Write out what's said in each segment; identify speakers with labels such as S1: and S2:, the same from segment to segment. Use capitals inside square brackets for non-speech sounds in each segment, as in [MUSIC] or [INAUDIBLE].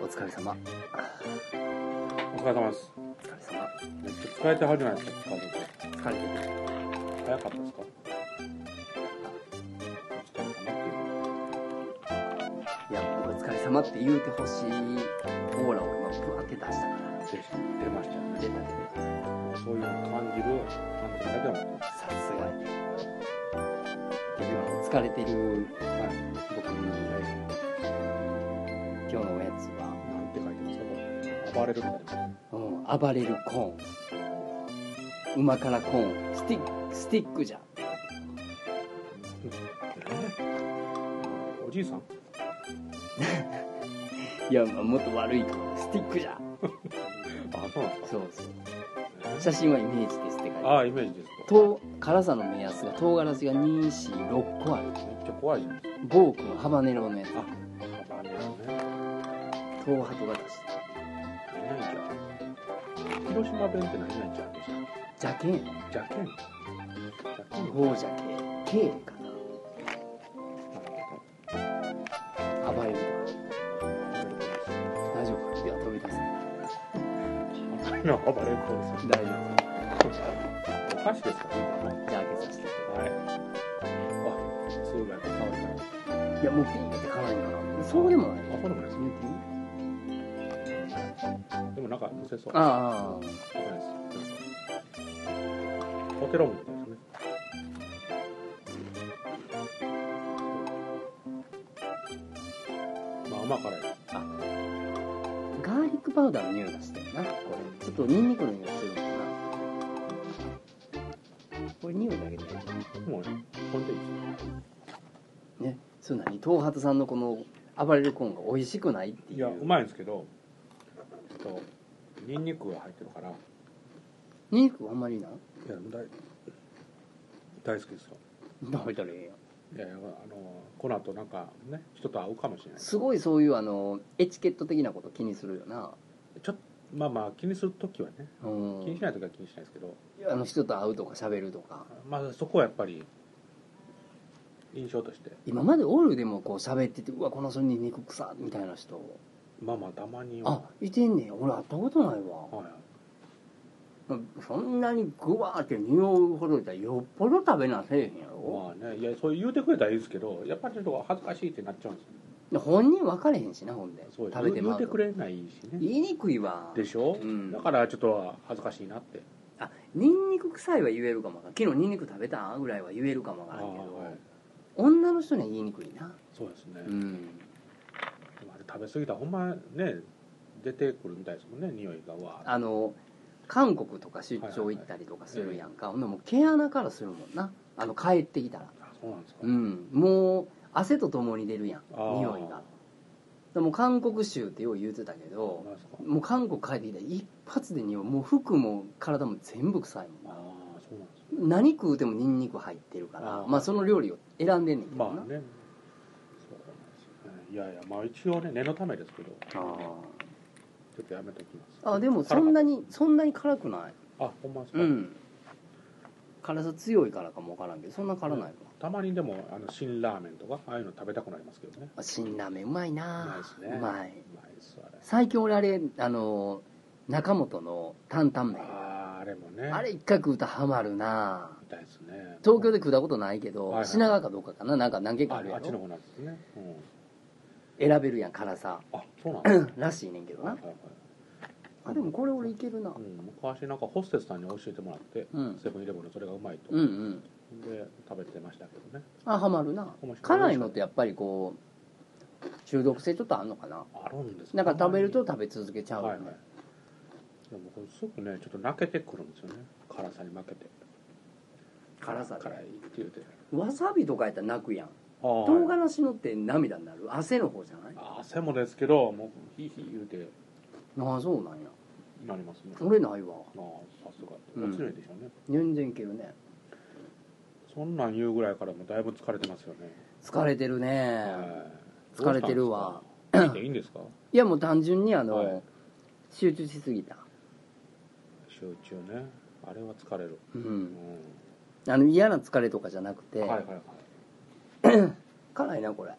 S1: お疲れ様。
S2: お疲れ様です。
S1: お疲れ様。
S2: めっちゃ疲れてはるじゃないですか、疲れて。
S1: 疲れてる。
S2: 早かったですかお疲れ様っていう。
S1: いや、僕お疲れ様って言うてほしいオーラを今、ぶわって出したから。
S2: ぜひ、出ましたよ
S1: 出
S2: ね。
S1: たね。
S2: そういうのを感じる、なんてだけでも。
S1: さすがに。今、疲れてる
S2: はい。
S1: 僕に、今日のおやつは、
S2: なんて書いてますか暴れるみたいな。
S1: うん、暴れるコーン。うま辛コーン。スティック、スティックじゃん。
S2: おじいさん
S1: いや、まあもっと悪いから、スティックじゃん。
S2: あ、そうなんです
S1: そうそう。
S2: か
S1: 写真はイメージですって書いてある。
S2: あ、イメージですか。
S1: と辛さの目安が唐辛子が2、4、6個ある。
S2: めっちゃ怖いじゃん。
S1: ボークのハバネロのやつ。
S2: あ、暴れるね。
S1: 東ハトが出した。
S2: いないじゃん。広島弁って何々ちゃんでし
S1: 邪剣
S2: たじゃけん。じゃけん。
S1: 法邪剣 K かな暴れるとか大丈夫かいや飛び出せ
S2: の暴れる子ですよ。
S1: 大丈夫
S2: お菓子ですかね。
S1: じゃあ開けさせて
S2: はい。あ、そうだよ。香りが。
S1: いやもうピンって辛いのかなそうでもない
S2: あ、そうでもないで
S1: 言っていい
S2: す。でもなんか似せそう。わか
S1: ああ
S2: んないです。ポテロンみたいですね。まあ甘辛い。
S1: ガーリックパウダーの匂いがしてるなこれちょっとニンニクの匂いするのかなこれ匂いだけで
S2: もうね、これでいいで
S1: ねそうなに東ハトさんのこの暴れるコーンが美味しくないって
S2: す。
S1: いう
S2: いや、うまいんですけど、ちょっと、ニンニクが入ってるから、い
S1: ニンニクあんまりな
S2: や、大大好きですよ。
S1: 食べたらええやん
S2: いやいやあのこの後なんかね人と会うかもしれない
S1: すごいそういうあのエチケット的なこと気にするよな、
S2: ちょっとまあまあ気にする時はね
S1: うん、
S2: 気にしない時は気にしないですけど、
S1: あの人と会うとか喋るとか
S2: まあそこはやっぱり印象として
S1: 今までオールでもこう喋っててうわこの人に肉臭みたいな人
S2: まあまあたまには
S1: あいてんねん俺会ったことないわ
S2: はい
S1: そんなにグワーって匂うほどやったらよっぽど食べなせえへんやろ
S2: まあねいやそう言うてくれたらいいですけどやっぱりちょっと恥ずかしいってなっちゃうんですよ
S1: で本人分かれへんしなほんで
S2: そう
S1: 食べて
S2: 言う
S1: ま
S2: 言うて
S1: う
S2: く
S1: と
S2: れないしね
S1: 言いにくいわ
S2: でしょ、
S1: うん
S2: だからちょっと恥ずかしいなって
S1: あニンニク臭いは言えるかもわからん昨日ニンニク食べたぐらいは言えるかもわからんけど、
S2: はい
S1: 女の人には言いにくいな
S2: そうですね、
S1: う
S2: で
S1: ん
S2: もあれ食べ過ぎたらほんまね出てくるみたいですもんね匂いがうわーっ
S1: あの韓国とか出張行ったりとかするやんか、ほんでもう毛穴からするもんなあの帰ってきたら
S2: てあそうなんですか、
S1: うんもう汗とともに出るやん
S2: あー
S1: 匂いがでも韓国臭ってよう言うてたけ
S2: そ
S1: ど
S2: うなんですか
S1: もう韓国帰ってきたら一発で匂いもう服も体も全部臭い
S2: あ
S1: もんな
S2: あそうなんですね
S1: 何食うてもニンニク入ってるから
S2: あー
S1: まあその料理を選んでんねんけど
S2: まあ
S1: な、
S2: ねそうなんですよねいやいやまあ一応ね念のためですけどち
S1: あ
S2: ょっとやめときます
S1: ーあでもそんな
S2: に
S1: にそんなに辛くない
S2: あほんまですか、
S1: うん辛さ強いからかもわからんけどそんな辛ないわ
S2: たまにでもあの辛ラーメンとかああいうの食べたくなりますけどね
S1: あ辛ラーメンうまいな
S2: うまいですね
S1: うまいう
S2: まいですあれ
S1: 最近俺あれあの中本の担々麺
S2: あーあれもね
S1: あれ一回食うたらハマるな
S2: みたいですね
S1: 東京で食うたことないけど、
S2: はいはい
S1: 品川かどうかかななんか何軒か
S2: あ
S1: ある
S2: あ
S1: や
S2: っちの
S1: ろ
S2: 方なんですね、うん、
S1: 選べるやん辛さ
S2: あそうなんですね
S1: らしいねんけど
S2: は
S1: ない
S2: はいはい
S1: あでもこれ俺いけるな、
S2: うん、昔なんかホステスさんに教えてもらって、
S1: うん
S2: セブンイレブンのそれがうまいと、
S1: うんうん
S2: で食べてましたけどね
S1: あハマるな
S2: 面白い
S1: 辛いのってやっぱりこう中毒性ちょっとあんのかな
S2: あるんです
S1: なんか食べると食べ続けちゃうよ
S2: はい
S1: ね、
S2: はいでもこれすぐねちょっと泣けてくるんですよね辛さに負けて
S1: 辛さで
S2: 辛いって言うて
S1: わさびとかやったら泣くやん
S2: あー
S1: 唐辛子のって涙になる汗の方じゃないあ
S2: あー汗もですけどもうヒーヒー言うて
S1: あそうなんや
S2: なりますねあ
S1: 俺ないわ
S2: あさすが
S1: うん
S2: 落ちないでしょうね、
S1: 全然いけるね
S2: そんなん言うぐらいからもうだいぶ疲れてますよね
S1: 疲れてるね
S2: はい
S1: 疲れてるわ
S2: どうし聞いていいんですか
S1: いやもう単純にあの、
S2: はい
S1: 集中しすぎた、
S2: 集中ねあれは疲れる、
S1: う、
S2: うんん、
S1: あの嫌な疲れとかじゃなくて、
S2: はいはいはい
S1: 辛いな
S2: [LAUGHS]
S1: これ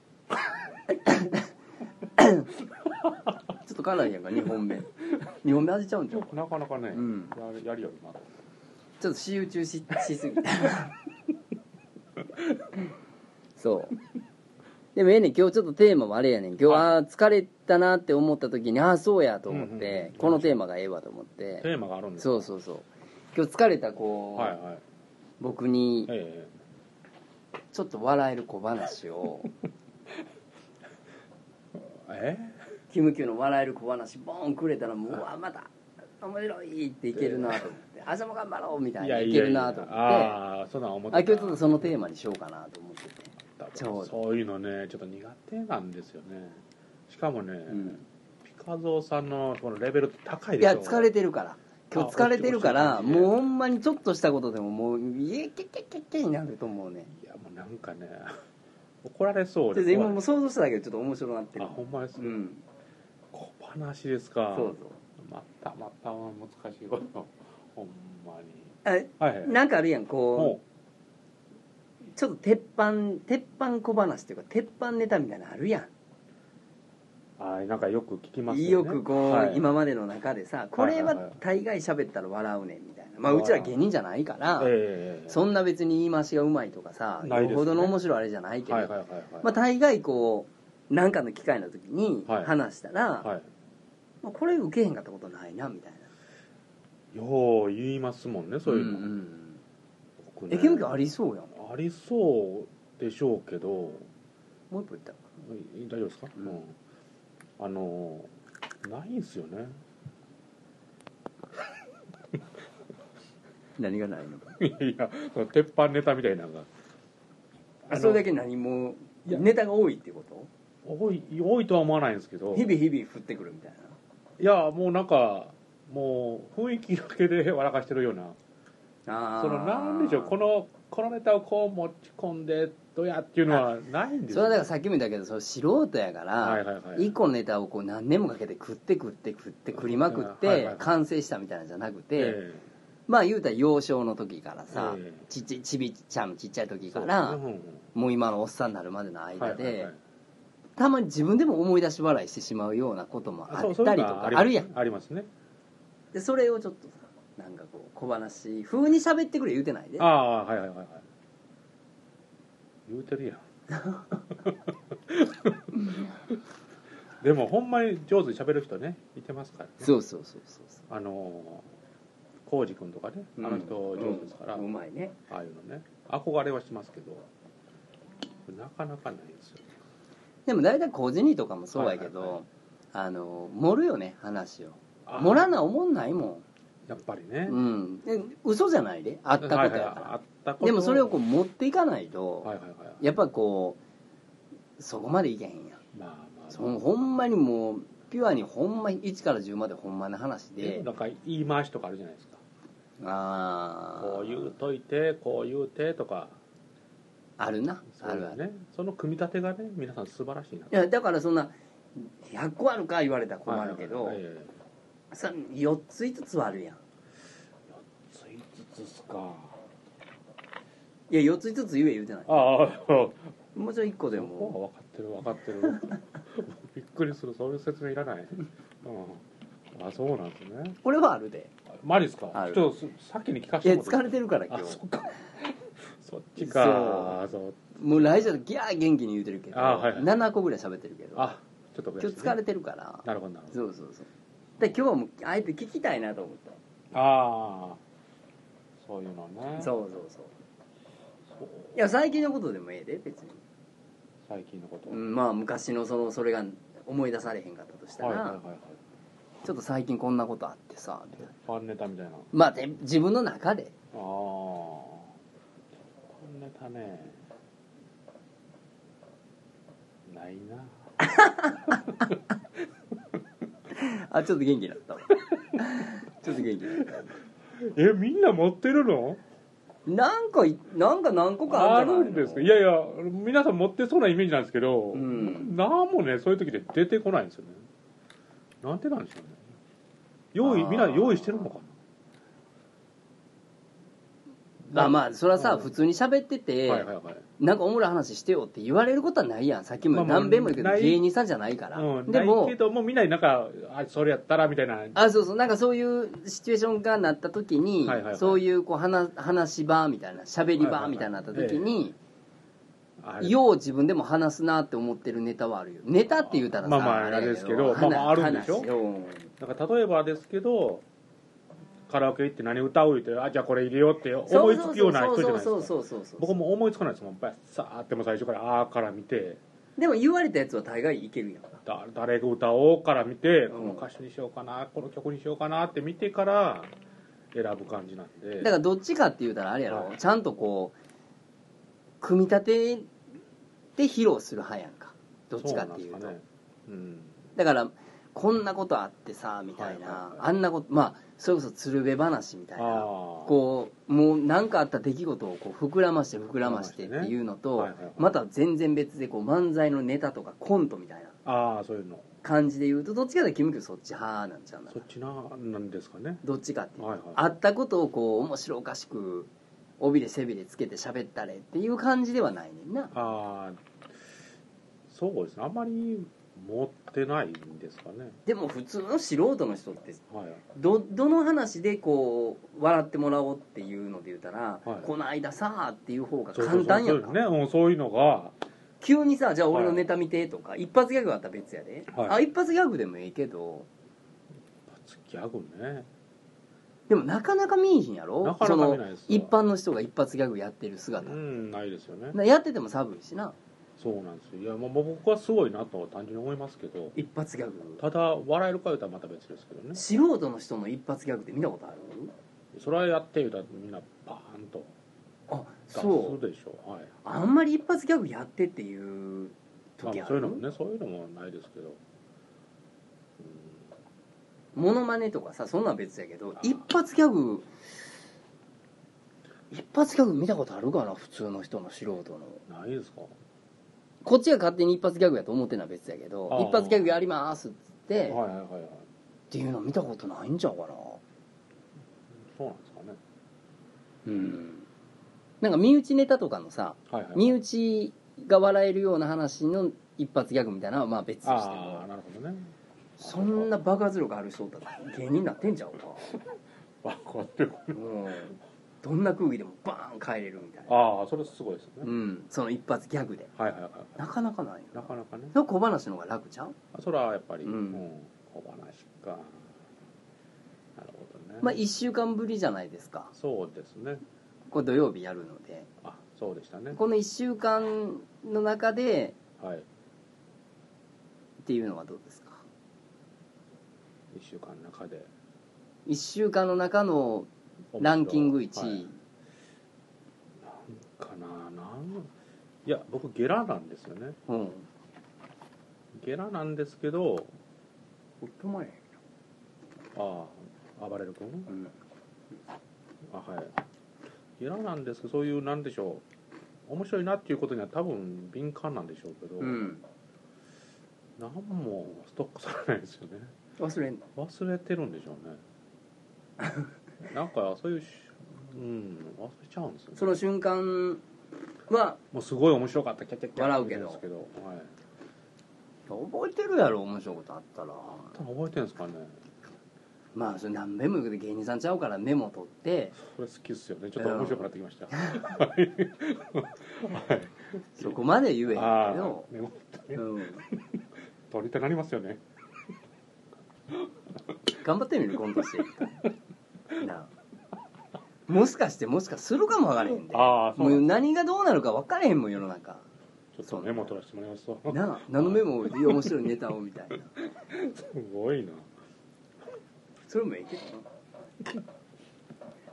S1: ちょっと辛いやんか2本目2本目味ちゃうんちゃう
S2: なかなかね、
S1: うん
S2: やるやるよりまだ
S1: ちょっと集中ししすぎたそうでもええねん今日ちょっとテーマもあれやねん今日、
S2: はい
S1: ああ疲れたなって思った時にああそうやと思って、
S2: うんうんうん
S1: このテーマがええわと思って
S2: テーマがあるんです
S1: そうそうそう今日疲れたこう、
S2: はいはい
S1: 僕に
S2: え
S1: ちょっと笑える小話を
S2: ええ
S1: キムキューの笑える小話ボーンくれたらもううわまた面白いっていけるなと思って明日も頑張ろうみたいないけるなと思ってあ
S2: ああそんなん思って
S1: 今
S2: た
S1: 日ちょっとそのテーマにしようかなと思っててちょうど
S2: そういうのねちょっと苦手なんですよねしかもね、
S1: うん
S2: ピカゾーさんのこのレベル高い
S1: い
S2: でし
S1: や
S2: ょ
S1: 疲れてるから今日疲れてるから
S2: あ
S1: もうほんまにちょっとしたことでももういえけけけけになると思うね
S2: いやもうなんかね [LAUGHS] 怒られそう
S1: ちょっと今
S2: 怖い
S1: もう想像しただけでちょっと面白なって
S2: あ
S1: る
S2: ほんまです、
S1: うん
S2: 小話ですか
S1: そう
S2: またまた難しいことほんまに
S1: そう
S2: はいは
S1: あ
S2: い
S1: なんかあるやんこう
S2: も
S1: ちょっと鉄板鉄板小話っていうか鉄板ネタみたいなのあるやん
S2: うあーなんかよく聞きますよね
S1: よくこう、
S2: はい
S1: 今までの中でさこれ
S2: はいはい
S1: は
S2: はい
S1: 大概喋ったら笑うねんみたいなまあ
S2: は
S1: う
S2: い
S1: ちら芸人じゃないから、
S2: ええ
S1: そんな別に言い回しがうまいとかさ、
S2: ないです
S1: よ
S2: ね
S1: ほどの面白いあれじゃないけど、
S2: はいはいはいはい、
S1: まあ、大概こう何かの機会の時に
S2: はい
S1: 話したら、
S2: はい
S1: まあ、これ受けへんかったことないなみたいな
S2: よう言いますもんねそういうの、
S1: んん
S2: 僕
S1: え
S2: ね
S1: キムキありそうやん
S2: ありそうでしょうけど
S1: もう一歩言ったら
S2: い大丈夫ですか、
S1: うん
S2: あのないんすよね
S1: 何が [LAUGHS] ないの
S2: いやその鉄板ネタみたいなのが
S1: あそれだけ
S2: け
S1: 何も
S2: いや
S1: ネタが多いってこと
S2: 多い多いとは思わないんですけど
S1: 日々日々降ってくるみたいない
S2: やもうなんかもう雰囲気だけで笑かしてるような
S1: あー
S2: そのなんでしょうこのこのネタをこう持ち込んでどうやっていうのはないんです
S1: それはだからさっきも言ったけどその素人やから、
S2: はいはいはい
S1: 一個のネタをこう何年もかけて食って食って食って食りまくっ
S2: はいはい
S1: て
S2: はい
S1: 完成したみたいなんじゃなくて、
S2: え
S1: まあ言うたら幼少の時からさ、
S2: ええ
S1: ちっちゃいちびちゃんちっちゃい時
S2: え
S1: から、
S2: そうですね
S1: もう今のおっさんになるまでの
S2: うんうん
S1: 間で、
S2: はいはいはい
S1: たまに自分でも思い出し笑いしてしまうようなこともあ
S2: そう
S1: っ
S2: そうい
S1: た
S2: う
S1: り
S2: の
S1: と
S2: は
S1: かあるやん
S2: ありますね
S1: でそれをちょっとさなんかこう小話風に喋ってくれ言うてないで
S2: ああはいはいはいはい言うてる
S1: [LAUGHS]
S2: やんでもほんまに上手に喋る人ねいてますからね
S1: そうそうそうそうそう
S2: あのー浩二君とかねあの人上手ですから、
S1: うんうまいね
S2: ああいうのね憧れはしますけどなかなかないですよね
S1: でも大体小銭とかもそうやけど、
S2: はいはいはい
S1: あの盛るよね話を
S2: あ
S1: 盛らな思んないも
S2: やっぱりね
S1: ん、うん、で嘘じゃないであ
S2: あ
S1: ったことやから、
S2: あったこと
S1: でもそれをこう持っていかないと、
S2: はいはいはい
S1: やっぱこうそこまでいけへんやん
S2: まあまあ
S1: そのほんまにもうピュアにほんまに1から10までほんまの話
S2: で
S1: で
S2: なんか言い回しとかあるじゃないですか
S1: あ
S2: こう言う
S1: あ
S2: といてこう言うてとか
S1: あるな
S2: そう
S1: あるある
S2: ねその組み立てがね皆さん素晴らしいない
S1: やだからそんな100個あるか言われたら困るけど、
S2: はいはいはいえ
S1: さ4つ5つはあるやん
S2: えついつつっすか
S1: いや4つ5つ言え言うてない
S2: ああ
S1: もうちょい1個で
S2: で
S1: も
S2: も分かってる分かってる [LAUGHS] びっくりするそういう説明いらない、うん、あそうなんですね
S1: 俺はあるで
S2: マジっすか
S1: ある
S2: ちょっとす先に聞か
S1: い
S2: せ
S1: や
S2: てもら
S1: 疲れてるから今
S2: あ
S1: 日
S2: そ
S1: [LAUGHS]
S2: っかそっちかそう
S1: もう来週ギャー元気に言うてるけど、
S2: あはいはい
S1: 7個ぐらい喋ってるけど
S2: あちょっと
S1: 今日疲れ
S2: て
S1: てるから
S2: なるほどなるほど
S1: そうそうそうで今日はもうあえて聞きたいなと思った
S2: ああそういうのね
S1: そうそうそう
S2: そう
S1: いや最近のことでもええで別に、
S2: 最近のこと
S1: うん、まあ昔のそのそれが思い出されへんかったとしたら、
S2: はいはいはいはい
S1: ちょっと最近こんなことあってさみたいな
S2: ファンネタみたいなあ
S1: まあで自分の中で
S2: あこんネタねないな
S1: あちょっと元気に [LAUGHS] なったわちょっと元気になった
S2: えみんな持ってるの
S1: なんかいなんか何個か
S2: あ
S1: あるんじゃない
S2: るんですかいやいや皆さん持ってそうなイメージなんですけど、
S1: うん
S2: なんもねそういう時で出てこないんですよねなんでなんでしょうね用意
S1: あー
S2: みんな用意してるのかな
S1: あまあそれはさ
S2: うん
S1: 普通に喋って
S2: あ
S1: て、
S2: はいはいはい
S1: なんかおもろい話してよって言われることはないやんさっき
S2: ま
S1: も
S2: あまあ
S1: 何遍も言うけど、
S2: ない
S1: 芸人さんじゃないから、
S2: うん、
S1: で
S2: ない
S1: も
S2: けどもうみんなになんかあそれやったらみたいな
S1: あそうそうなんかそういうシチュエーションがなった時に、
S2: はいはいはい
S1: そういうこう話話し場みたいな喋り場みたいになった時に、
S2: あれ
S1: よう自分でも話すなって思ってるネタはあるよネタって言うたらさ
S2: まあまあ
S1: や
S2: あれですけどまあまああるんでしょ
S1: 話を
S2: なんか例えばですけどカラオケ行って何歌うってあじゃあこれ入れようって
S1: そ
S2: 思
S1: う
S2: いつくような人じゃないです
S1: そう
S2: か
S1: そうそうそうそう
S2: 僕も思いつかないですもんバッサーってもう最初から「あ」から見て
S1: でも言われたやつは大概いけるやん
S2: だ誰が歌おうから見て、
S1: うん
S2: この歌手にしようかなこの曲にしようかなって見てから選ぶ感じなんで
S1: だからどっちかって言うたらあれやろ、
S2: はい
S1: ちゃんとこう組み立てて披露する派やんかどっちかっていうと
S2: そなんですかねうん
S1: だからこんなことあってさみたいな、
S2: はいはいはい
S1: あんなことまあそれこそ鶴瓶話みたいな
S2: あー
S1: こうもう何かあった出来事をこう膨らまして膨らましてっていうのと、
S2: はいはいはい
S1: また全然別でこう漫才のネタとかコントみたいな
S2: あーそういうの
S1: 感じで言うとどっちかでキムキムそっち派なんちゃうな
S2: そっちななんですかね
S1: どっちかっていうと、
S2: はいはい
S1: あったことをこう面白おかしく帯で背びれつけて喋ったれっていう感じではないねんな
S2: ああそうですねあんまり持ってないんですかね
S1: でも普通の素人の人って
S2: はい
S1: どどの話でこう笑ってもらおうっていうので言うたら、
S2: はい
S1: この間さあっていう方が
S2: そう
S1: 簡単やん
S2: そ
S1: か
S2: うそうそうね、うん、そういうのが
S1: 急にさじゃあ俺のネタ見てとか、一発ギャグあったら別やで、
S2: はい
S1: あ一発ギャグでもいいけど
S2: ギャグね
S1: でもなかなか見えひんやろ
S2: なかなか見ないです
S1: その一般の人が一発ギャグやってる姿
S2: う、んないですよね
S1: なやってても寒いしな
S2: そうなんですよいや、まあ、もう僕はすごいなとは単純に思いますけど
S1: 一発ギャグ
S2: ただ笑えるか言うたらまた別ですけどね
S1: 素人の人の一発ギャグって見たことある
S2: それはやって言うたらみんなバーンと
S1: あそう
S2: 出すでしょはい
S1: あんまり一発ギャグやってっていう
S2: まあ
S1: 時あ
S2: そういう
S1: る
S2: のもねそういうのもないですけど、うん
S1: モノマネとかさそんなん別やけど
S2: あー
S1: 一発ギャグ一発ギャグ見たことあるかな普通の人の素人の
S2: ないですか、
S1: こっちが勝手に一発ギャグやと思ってんのは別やけど
S2: あー
S1: 一発ギャグやりますっつって、
S2: はいはいはいはい
S1: っていうの見たことないんちゃうかな
S2: そうなんですかね
S1: うんなんか身内ネタとかのさ
S2: はいはい
S1: 身内が笑えるような話の一発ギャグみたいなのはまあ別として
S2: ああ
S1: も
S2: なるほどね
S1: そんな爆発力ある人だったら芸人になってんちゃうか
S2: わかってる
S1: もうどんな空気でもバーン帰れるみたいな
S2: ああそれすごいですね、
S1: うんその一発ギャグで
S2: はいはいはい
S1: な
S2: は
S1: かなかない
S2: いな
S1: よ
S2: かなかね
S1: それ小話の方が楽ちゃう
S2: あそれはやっぱり、
S1: う
S2: うんん小話かなるほどね、
S1: まあ1週間ぶりじゃないですか
S2: そうですね
S1: これ土曜日やるので
S2: あそうでしたね
S1: この1週間の中で
S2: はい
S1: っていうのはどうですか
S2: 1週間の中で
S1: 1週間の中のランキング
S2: は
S1: 1
S2: い
S1: 位
S2: かななんいや僕ゲラなんですよね
S1: うん
S2: ゲラなんですけど
S1: とまれ
S2: ああ暴れる君
S1: うん
S2: あはいゲラなんですけどそういうなんでしょう面白いなっていうことには多分敏感なんでしょうけど、
S1: うん
S2: 何もストックされないですよね
S1: 忘れんの
S2: 忘れてるんでし
S1: [LAUGHS]
S2: ょうねなんかそういうしうん忘れちゃうんですよね
S1: その瞬間は
S2: もうすごい面白かったキャキャキャ
S1: 笑うけど
S2: ですけど、はい、
S1: 覚えてるやろ面白いことあったら
S2: ただ覚えてるんですかね
S1: まあそれ何べんも言うけど芸人さんちゃうからメモ取って
S2: それ好きですよねちょっと面白くなってきました、
S1: そこまで言えへん
S2: あ
S1: けど
S2: あメモ
S1: うん
S2: 取りたなりますよね
S1: 頑張ってみるコントしてなあもしかしてもしかするかもわからへんで
S2: ああそ
S1: も
S2: うな
S1: うん
S2: で
S1: 何がどうなるか分からへんもん世の中
S2: すちょっとメモ取らせてもらいますと
S1: なあ何のメモをいや面白いネタをみたいな
S2: すごいな
S1: それもいいけどな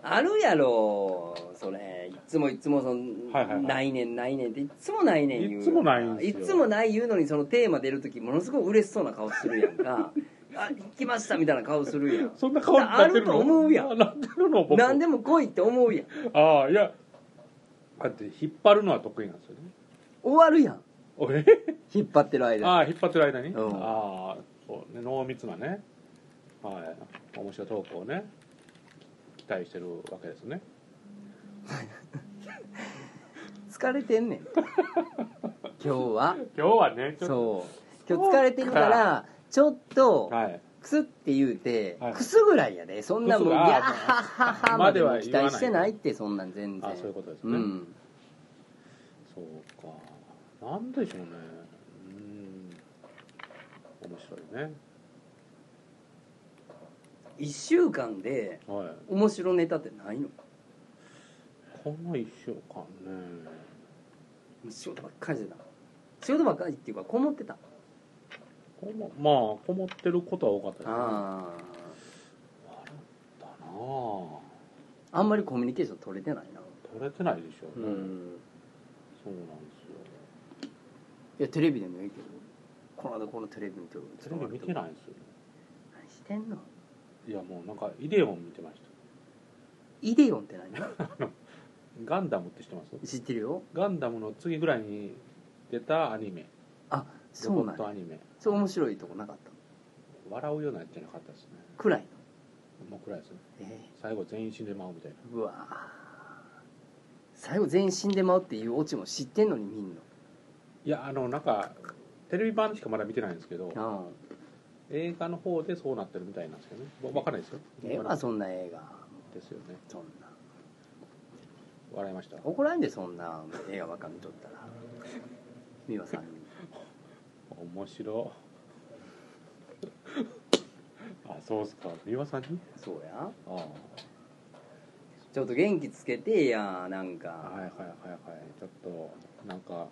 S1: あるやろそれいっつもいっつもその、
S2: はいはいはい
S1: ないねんないねんっていっつもないねん言う
S2: いっつもないんですよ
S1: いっつもない言うのにそのテーマ出る時ものすごい嬉しそうな顔するやんかあ来ましたみたいな顔するやん
S2: そんな顔になってるの
S1: あると思うやん
S2: あなってるの
S1: [LAUGHS]
S2: 僕
S1: 何でも来いって思うやん
S2: ああいやだって引っ張るのは得意なんですよね
S1: 終わるやん
S2: おえ
S1: 引っ張ってる間
S2: ああ引っ張ってる間に、
S1: うん
S2: ああそうね濃密なねはい面白いトークをね期待してるわけですね
S1: 疲れてんね [LAUGHS] ん今日は
S2: 今日はねちょっ
S1: そう今日疲れてるからちょっと
S2: とはい
S1: クスって言うて、
S2: はい
S1: クスぐらいやでそんなもん
S2: ク
S1: ギ
S2: ス
S1: ャ
S2: が
S1: ッハッハッハま
S2: ま
S1: で
S2: で
S1: は
S2: は
S1: 期
S2: 言わない
S1: 待してないってそんなん全然
S2: あそういうことです
S1: う
S2: ね、
S1: ん
S2: そうかなんでしょうねうん面白いね
S1: 1週間で
S2: はい
S1: 面白ネタってないの
S2: この1週間ね
S1: 仕事ばっかりしてた仕事ばっかりっていうかこもってた
S2: こもまあこもってることは多かったですね
S1: あ
S2: だなあ
S1: ああんまりコミュニケーション取れてないな
S2: 取れてないでしょ、
S1: うん
S2: そうなんですよ
S1: いやテレビでもいいけどこの間このテレビ見てる
S2: テレビ見てないんですよ
S1: 何してんの
S2: いやもうなんかイデオン見てました
S1: イデオンって何
S2: ガンダムって知ってます
S1: 知ってるよ
S2: ガンダムの次ぐらいに出たアニメ
S1: あ
S2: ロ
S1: そ
S2: ボ
S1: うな
S2: ッ
S1: ん
S2: トア
S1: や
S2: ニメ
S1: そう面白いとこなかった
S2: 笑うようなやつじゃなかったですね
S1: 暗いの
S2: もう暗いですね
S1: ええ
S2: 最後全員死んでまうみたいな
S1: うわ最後全身で舞うっていうオチも知ってんのに見んの
S2: いやあのなんかテレビ版しかまだ見てないんですけど
S1: ああ
S2: 映画の方でそうなってるみたいなんですけどねわわかんないですよ
S1: ええ
S2: わ
S1: わ
S2: かんない
S1: そんな映画
S2: ですよね
S1: そんな
S2: 笑いました
S1: 怒らんでそんな映画ばっか見とったら美和さんに
S2: 面白 [LAUGHS] あそうっすか三輪さんに
S1: そうや
S2: ああは
S1: ちょっと元気つけてやなん
S2: い
S1: か
S2: はいはいはいちょっとなんか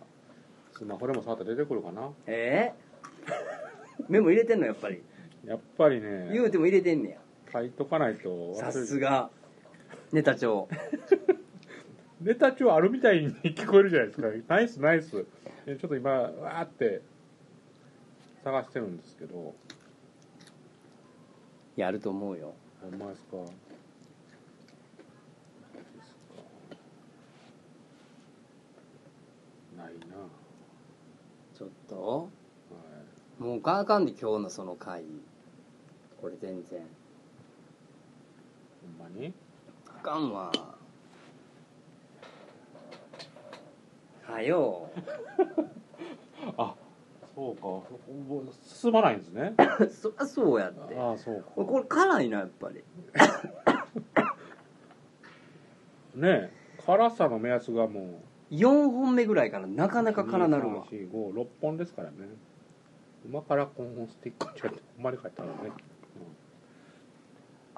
S2: スマホでも触ったら出てくるかな
S1: ええメモ入れてんのやっぱり
S2: やっぱり
S1: 言う
S2: ね
S1: ても入れてんね
S2: 書いとかないと
S1: やさす
S2: が
S1: がネタ帳
S2: ネタ帳あるみたいに聞こえるじゃないですかナイスナイスえちょっと今わーって探してるんですけど
S1: やると思うよ
S2: ほんまですかないなは
S1: ちょっと
S2: い
S1: もうかあかんで今日のその回これ全然
S2: ほんまに
S1: あかんわはよ
S2: あそうかもう進まないんですね
S1: う [LAUGHS] そりゃそうやって
S2: ああそうか
S1: これ辛いなやっぱり
S2: ねえ辛さの目安がも
S1: 4本目ぐらいからなか
S2: う
S1: なか辛なるわ
S2: 456本ですからねうま辛コーンスティックちょっとほんまに書いてあるね、うん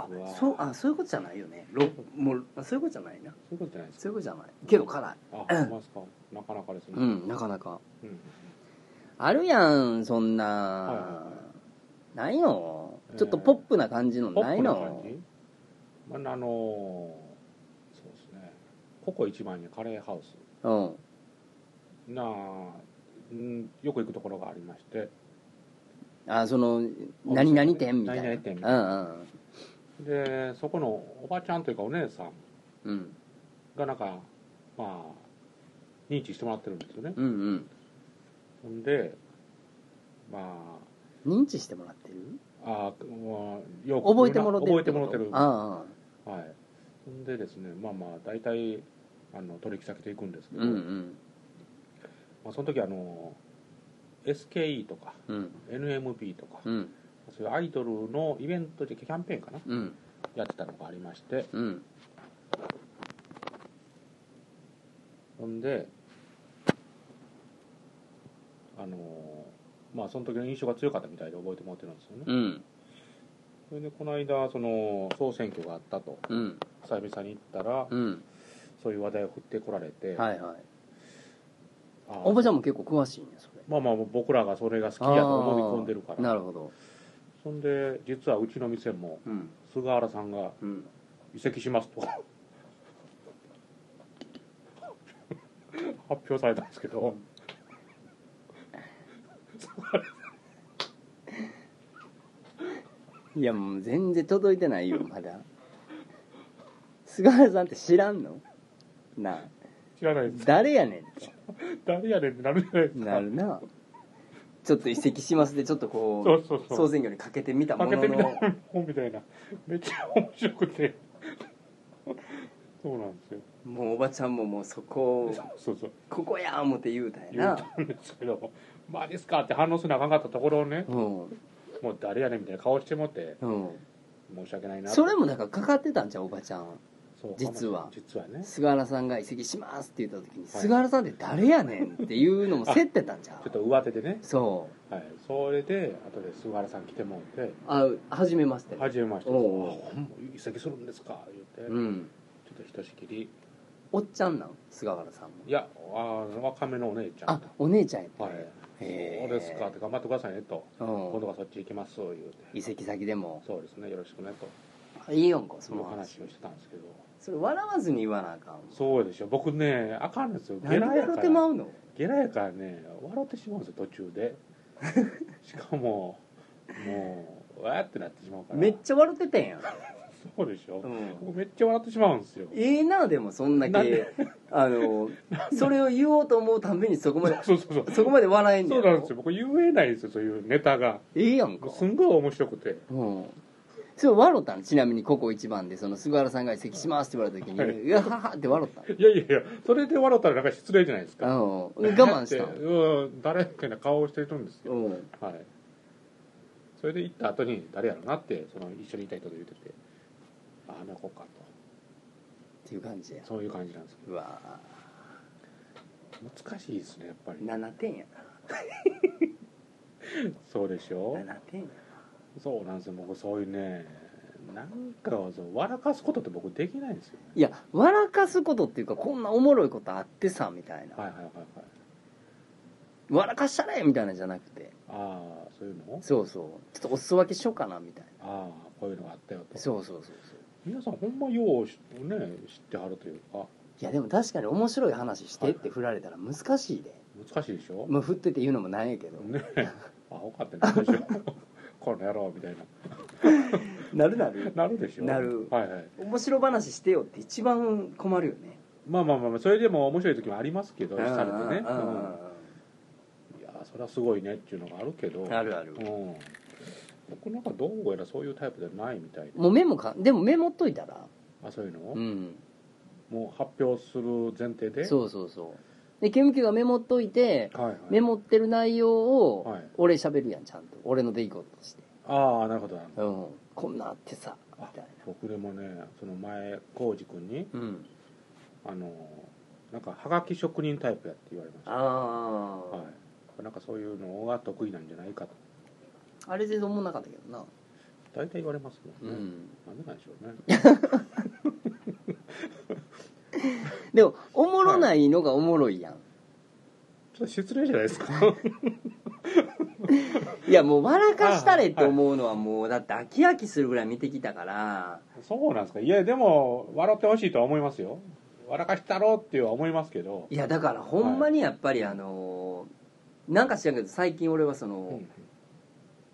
S1: あ
S2: うわ
S1: そうあそういうことじゃないよねろもうあそういうことじゃないな
S2: そういうことじゃないです
S1: そういうことじゃないけど辛い
S2: かあほんまですかなかなかですね
S1: うんなかなか
S2: うん
S1: あるやんそんな、
S2: いは
S1: ないの
S2: えー
S1: ちょっとポップな感じの
S2: ポ
S1: な
S2: ッ
S1: い
S2: プな
S1: の
S2: 感、じまああのそうですねここ一番にカレーハウス
S1: うん
S2: なあうんよく行くところがありまして
S1: あその何々店みたいな
S2: 何々店みたい
S1: うん
S2: でそこのおばちゃんというかお姉さん
S1: うんうん
S2: がなんかまあ認知してもらってるんですよね
S1: うんうん
S2: ほんでま
S1: 認知してもらってる
S2: ああーもうよく
S1: 覚えてもらってる
S2: 覚えてもらってるは
S1: あ
S2: いほんでですねまあまあ大体あの取引先と行くんです
S1: あ
S2: けど、
S1: うんうん
S2: まあ、その時あの SKE とか
S1: うん
S2: NMB とか、
S1: うん
S2: そういうアイドルのイベントでキャンペーンかな
S1: うん
S2: やってたのがありまして
S1: うん
S2: ほんであのまあその時の印象が強かったみたいで覚えてもらってるんですよね、
S1: うん
S2: それでこの間その総選挙があったと
S1: うん
S2: 久々に行ったら、
S1: うん
S2: そういう話題を振ってこられて、
S1: はいはい
S2: あー
S1: おばちゃんも結構詳しいんやそれ
S2: まあまあ僕らがそれが好きやと思い込んでるか
S1: な
S2: ら
S1: るほど
S2: そんで実はうちの店も
S1: うん
S2: 菅原さんが
S1: うん
S2: 移籍しますと [LAUGHS] 発表されたんですけど
S1: いやもう全然届いてないよまだ [LAUGHS] 菅原さんって知らんのなあ
S2: 知らないです
S1: 誰やねんって
S2: 誰やねんってなるじゃないですか
S1: なるなちょっと移籍しますでちょっとこ
S2: そうそう
S1: う
S2: そ
S1: 総
S2: う
S1: 選挙にかけてみたも
S2: 開け
S1: の
S2: てみた
S1: の
S2: ら本みたいなめっちゃ面白くてそうなんですよ
S1: もうおばちゃんももうそこを
S2: そうそう
S1: ここや思って言うたん
S2: 言
S1: やな
S2: ったんですけど「まあですか」って反応するのあかんかったところをね
S1: うん
S2: もう誰やねんみたいな顔してもって
S1: うん
S2: 申し訳ないなと
S1: それもなんかかかってたんじゃんおばちゃん
S2: そう
S1: 実は
S2: 実はねち
S1: 菅原さんが移籍しますって言った時に、
S2: はい
S1: 菅原さんって誰やねんっていうのも競ってたんじゃん
S2: ょっと上手でね
S1: そ
S2: はいそれで後で菅原さん来てもらって
S1: うあ初めまして
S2: 「はじめまして」あ「
S1: おう
S2: ほんま移籍するんですか」言って、
S1: うん
S2: ちょっとひとしきり
S1: おっちゃんなん菅原さんも
S2: いやあー若めのお姉ちゃ
S1: あ
S2: んと
S1: お姉ちゃんやった
S2: はい
S1: ね、
S2: そ
S1: へ
S2: う
S1: ー
S2: ですかって頑張ってくださいねと今
S1: う
S2: 度
S1: ん
S2: はそっち行きます言うて
S1: 移籍先でも
S2: そうですねよろしくねと
S1: いいよんこそ
S2: そういう
S1: の
S2: 話
S1: 話
S2: をしてたんですけど
S1: それ笑わずに言わなあかん
S2: そうでしょ僕ねあかんですよゲ
S1: 何
S2: ラ
S1: で
S2: や
S1: 笑
S2: か
S1: ってま
S2: ら
S1: うの
S2: ゲラやからね笑ってしまうんですよ途中
S1: [LAUGHS]
S2: でしかももうわーってなってしまうから
S1: めっちゃ笑っててんやん、
S2: そうでしょ
S1: う、ん、
S2: 僕めっちゃ笑ってしまうんですよ
S1: ええなでもそんだ
S2: なん
S1: けあのそれを言おうと思うためにそこまで
S2: そうそうそう
S1: そこまで笑えんね
S2: そ
S1: や
S2: う
S1: ろ
S2: なんですよ僕言えないんですよそういうネタが
S1: ええやんか
S2: すんごい面白くて
S1: うんそれ笑ったのちなみにここ一番でその菅原さんが移籍しますって言われた時に「
S2: はいう
S1: わはは」って笑った
S2: いやいやいやそれで笑ったらなんか失礼じゃないですか
S1: の [LAUGHS] うん我慢した
S2: だっ
S1: の
S2: てうん誰みたいな顔をしてるんですよ
S1: うん
S2: はいそれで行った後に誰やろうなってその一緒にいた人と言っててああなこうか
S1: っていう感じや
S2: とそういう感じなんですけ
S1: うわ
S2: ど難しいですねやっぱり
S1: 7点や
S2: そうでしょ
S1: な7点や
S2: そうなんですよ僕そういうねなんかそう笑かすことって僕できないんですよ、ね、
S1: いや笑かすことっていうかこんなおもろいことあってさみたいな、
S2: はいはいはいはい
S1: 笑かしたれみたいなんじゃなくて
S2: ああそういうの
S1: そうそうちょっとお裾分けしようかなみたい
S2: ああこういうのがあったよ
S1: な
S2: と
S1: そうそうそうそう
S2: 皆さんほんまようしね知ってはるというか
S1: いやでも確かに面白い話してって振られたら難しいで、
S2: 難しいでしょ
S1: まあ振ってて言うのもなんやけど、
S2: ね [LAUGHS] えアホかってなるでしょこの野郎みたいな
S1: なるなる
S2: なるでしょ
S1: なる
S2: はいはい
S1: 面白話してよって一番困るよね
S2: まあまあまあまあそれでも面白い時もありますけどされてね、
S1: うんうん
S2: うんいやーそれはすごいねっていうのがあるけど
S1: うんあるある
S2: うん、僕なんかどうやらそういうタイプじゃないみたいな
S1: もうメモかでもメモっといたら
S2: あそういうの、
S1: うん
S2: もう発表する前提で
S1: そうそうそうでケムケがメモっといて
S2: はいはい
S1: メモってる内容を
S2: はい
S1: 俺喋るやんちゃんと俺の出来事として、
S2: ああなるほどなるほど
S1: うん、こんなあってさみたい
S2: 僕でもねその前浩二君に
S1: なうん
S2: あのーなんかはがき職人タイプやって言われました
S1: ああ、
S2: はい、なんかそういうのが得意なんじゃないかと
S1: あれ全然思んなかったけどな
S2: 大体言われますも
S1: うん
S2: ね、
S1: ん
S2: なんでなんでしょうね
S1: でもおもろないのがおもろいやん、
S2: ちょっと失礼じゃないですか
S1: い、やもう笑かしたれって思うのはもうだって飽き飽きするぐらい見てきたから
S2: [LAUGHS] そうなんですかいやでも笑ってほしいとは思いますよ笑かしたろうっては思いますけど
S1: いやだからほんまにやっぱりあのーなんか知らんけど最近俺はその、
S2: うん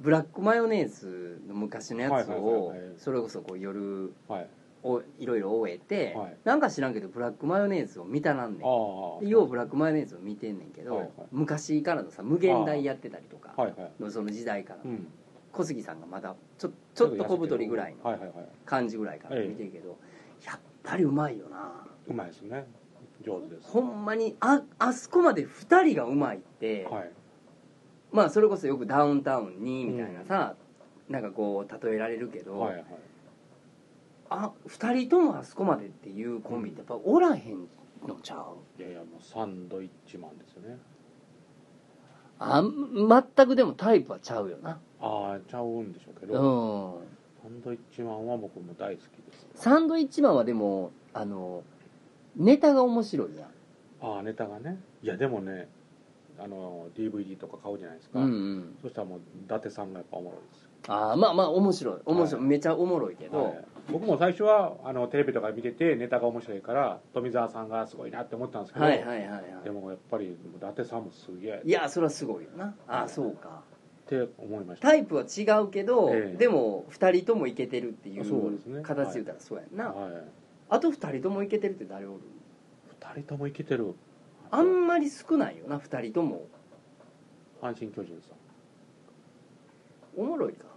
S1: ブラックマヨネーズの昔のやつを
S2: はいはいはいはい
S1: それこそこう夜
S2: はい
S1: をいろいろ終えて、
S2: はい
S1: なんか知らんけどブラックマヨネーズを見たなんねん
S2: ああ
S1: でようブラックマヨネーズを見てんねんけど、
S2: はいはい
S1: 昔からのさ無限大やってたりとか
S2: はいはい
S1: のその時代から、
S2: うん
S1: 小杉さんがまだちょちょっと小太りぐらいの
S2: はいはいはい
S1: 感じぐらいから見てるけど、やっぱりうまいよな
S2: うまいですね上手です
S1: ほんまにああそこまで2人がうまいって、
S2: はい
S1: まあそれこそよくダウンタウンにみたいな
S2: うん
S1: さ、なんかこう例えられるけど、
S2: はいはい
S1: あ二人ともあそこまでっていうコンビってやっぱおらへんのちゃう
S2: いやいやもうサンドイッチマンですよね
S1: あん全くでもタイプはちゃうよな
S2: ああちゃうんでしょうけど、
S1: うん
S2: サンドイッチマンは僕も大好きです
S1: サンドイッチマンはでもあのネタが面白いやん
S2: ああネタがねいやでもねあの DVD とか買うじゃないですか、
S1: うんうん
S2: そしたらもう伊達さんがやっぱおもろいですよ
S1: あーまあまあ面白い面白い、
S2: は
S1: めちゃおもろいけど、
S2: はい僕も最初はあのテレビとか見ててネタが面白いから富澤さんがすごいなって思ったんですけど、
S1: はいはいはいはい
S2: でもやっぱり伊達さんもすげえ
S1: いやそれはすごいよなあーそうか
S2: って思いました
S1: タイプは違うけど、
S2: ええ
S1: でも2人ともいけてるってい
S2: あそうです
S1: う
S2: ね
S1: 形で言ったらそうやんな、
S2: はい、
S1: あと2人ともいけてるって誰おる
S2: 二人ともいけてる
S1: あんまり少ないよな2人とも
S2: 阪神・巨人さん
S1: おもろいか